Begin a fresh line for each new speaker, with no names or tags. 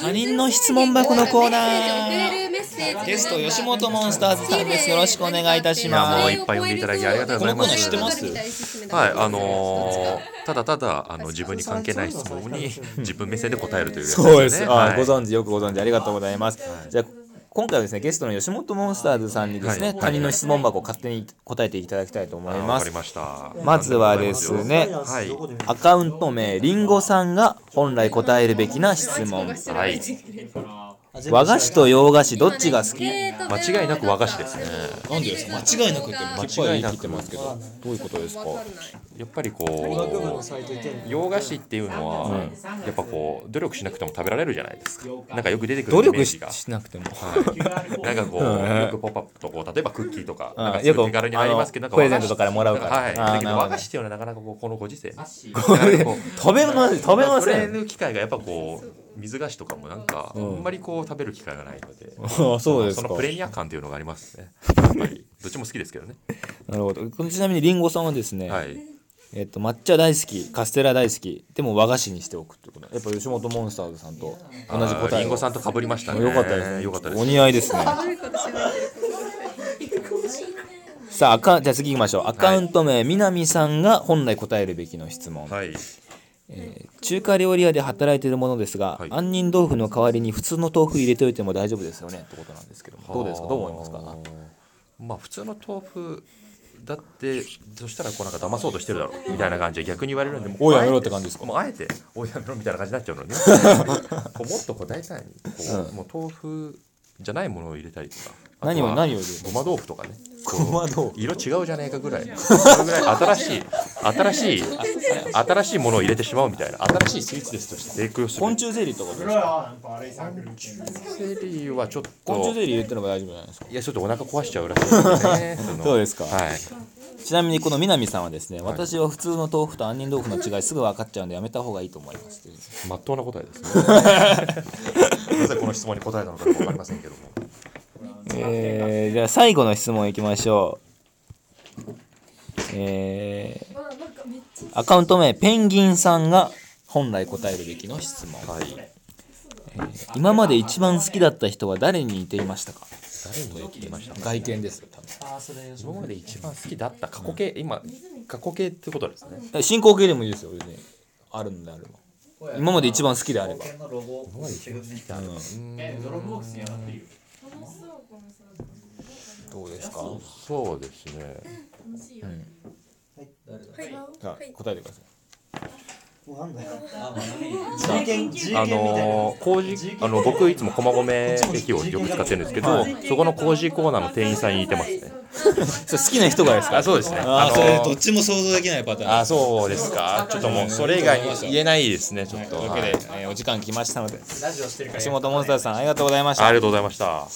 他人の質問箱のコーナー
メッセージ
ゲスト吉本モンスターズさんですよろしくお願いいたし
いやも
ま
う
す
いっぱい呼んでいただきありがとうございます
このコーナー知ってます
はい、あのー、ただただあの自分に関係ない質問に自分目線で答えるというやつ
そうです、あ
はい
ご存知よくご存知ありがとうございます、じゃあ今回はですねゲストの吉本モンスターズさんにですね、
はい
他人の質問箱を勝手に答えていただきたいと思い
あわ
ま
か
す
りました。
まずはですね
はい。
アカウント名りんごさんが本来答えるべきな質問
はい。
和菓子と洋菓子どっちが好き
間違いなく和菓子ですね。
なんでですか間違いなくって
間違いなくますけど、
どういうことですか
やっぱりこう洋菓子っていうのは、やっぱこう努力しなくても食べられるじゃないですか。なんかよく出てくる
努
イメー
力
ジ
し
が。
しなくても
はいなんかこう、
ん
よくポップアップとこう、例えばクッキーとか、
うん
なんかす
よく
ごい手軽にありますけど、
あ
なん
のプレゼ
か和菓子
ントとかでもらうから
はい。
あー
だけ
なる
ど
ほど
和菓子っていうのはなかなかこうこのご時世、なかなかこう
食べます食べま
触
せ
れ
ん
る機会がやっぱこう水菓子とかもなんかあんまりこう食べる機会がないので、
あそうです
そ
か
のプレミア感っていうのがあります ね。やっぱりどっちも好きですけどね。
なるほどちなみにりんごさんはですね、
はい。
えっと抹茶大好きカステラ大好きでも和菓子にしておくってことやっぱ吉本モンスターズさんと同じ答え
リンゴさんと被りましたね。
よかったですね
よかったで
お
す。
似合いですねさあアカじゃあ次行きましょうアカウント名、みなみさんが本来答えるべきの質問、
はい。
中華料理屋で働いているものですが、
はい
杏仁豆腐の代わりに普通の豆腐入れておいても大丈夫ですよねってことなんですけどもどうですかどう思いますか
まあ普通の豆腐だってそしたらこうなんか騙そうとしてるだろうみたいな感じで逆に言われるんでもう
おいやめろって感じですか
もうあえておいやめろみたいな感じになっちゃ うのねこうもっとこう大胆にこう、もう豆腐じゃないものを入れたりとかあとは
何を何を入れる
ごま豆腐とかねこう
ごま豆腐
色違うじゃないかぐらいそれぐらい新しい新しい新しいものを入れてしまうみたいな新しいスイーツですとして提供する
昆虫ゼリーとかどうですか
セリーはちょっ
昆虫ゼ
と
リー入れてのが大丈夫じゃないですか
いやちょっとお腹壊しちゃうらしいですね の
そうですか
はい
ちなみにこの南さんはですね、私は普通の豆腐と杏仁豆腐の違いすぐ分かっちゃうんでやめた方がいいと思いますという
まっとうな答えですね。 なぜこの質問に答えたのかわかりませんけども。
えー、じゃあ最後の質問いきましょうえー、アカウント名ペンギンさんが本来答えるべきの質問、
はい。
今まで一番好きだった人は誰に似ていましたか
誰に言ってました。
外見ですよ多分
今まで一番好きだった過去形、今過去形ってことですね。
進行形でもいいですよ別にあるんであれば今まで一番好きであればどうですか、
そうですね。
さあ答えてください
あのー工事あの僕いつも駒込駅をよく使ってるんですけど、そこの工事コーナーの店員さんに似てますね。
それ好きな人がですか
あ、そうですね。
あ
あ
それ
の
どっ
ー
ちも想像できないパターン
あ、そうですか。ちょっともうそれ以外に言えないですね。ちょっと。
というわけ
はい
で、えーお時間来ましたので、橋本モンスターズさん、ありがとうございました
あ。りがとうございました。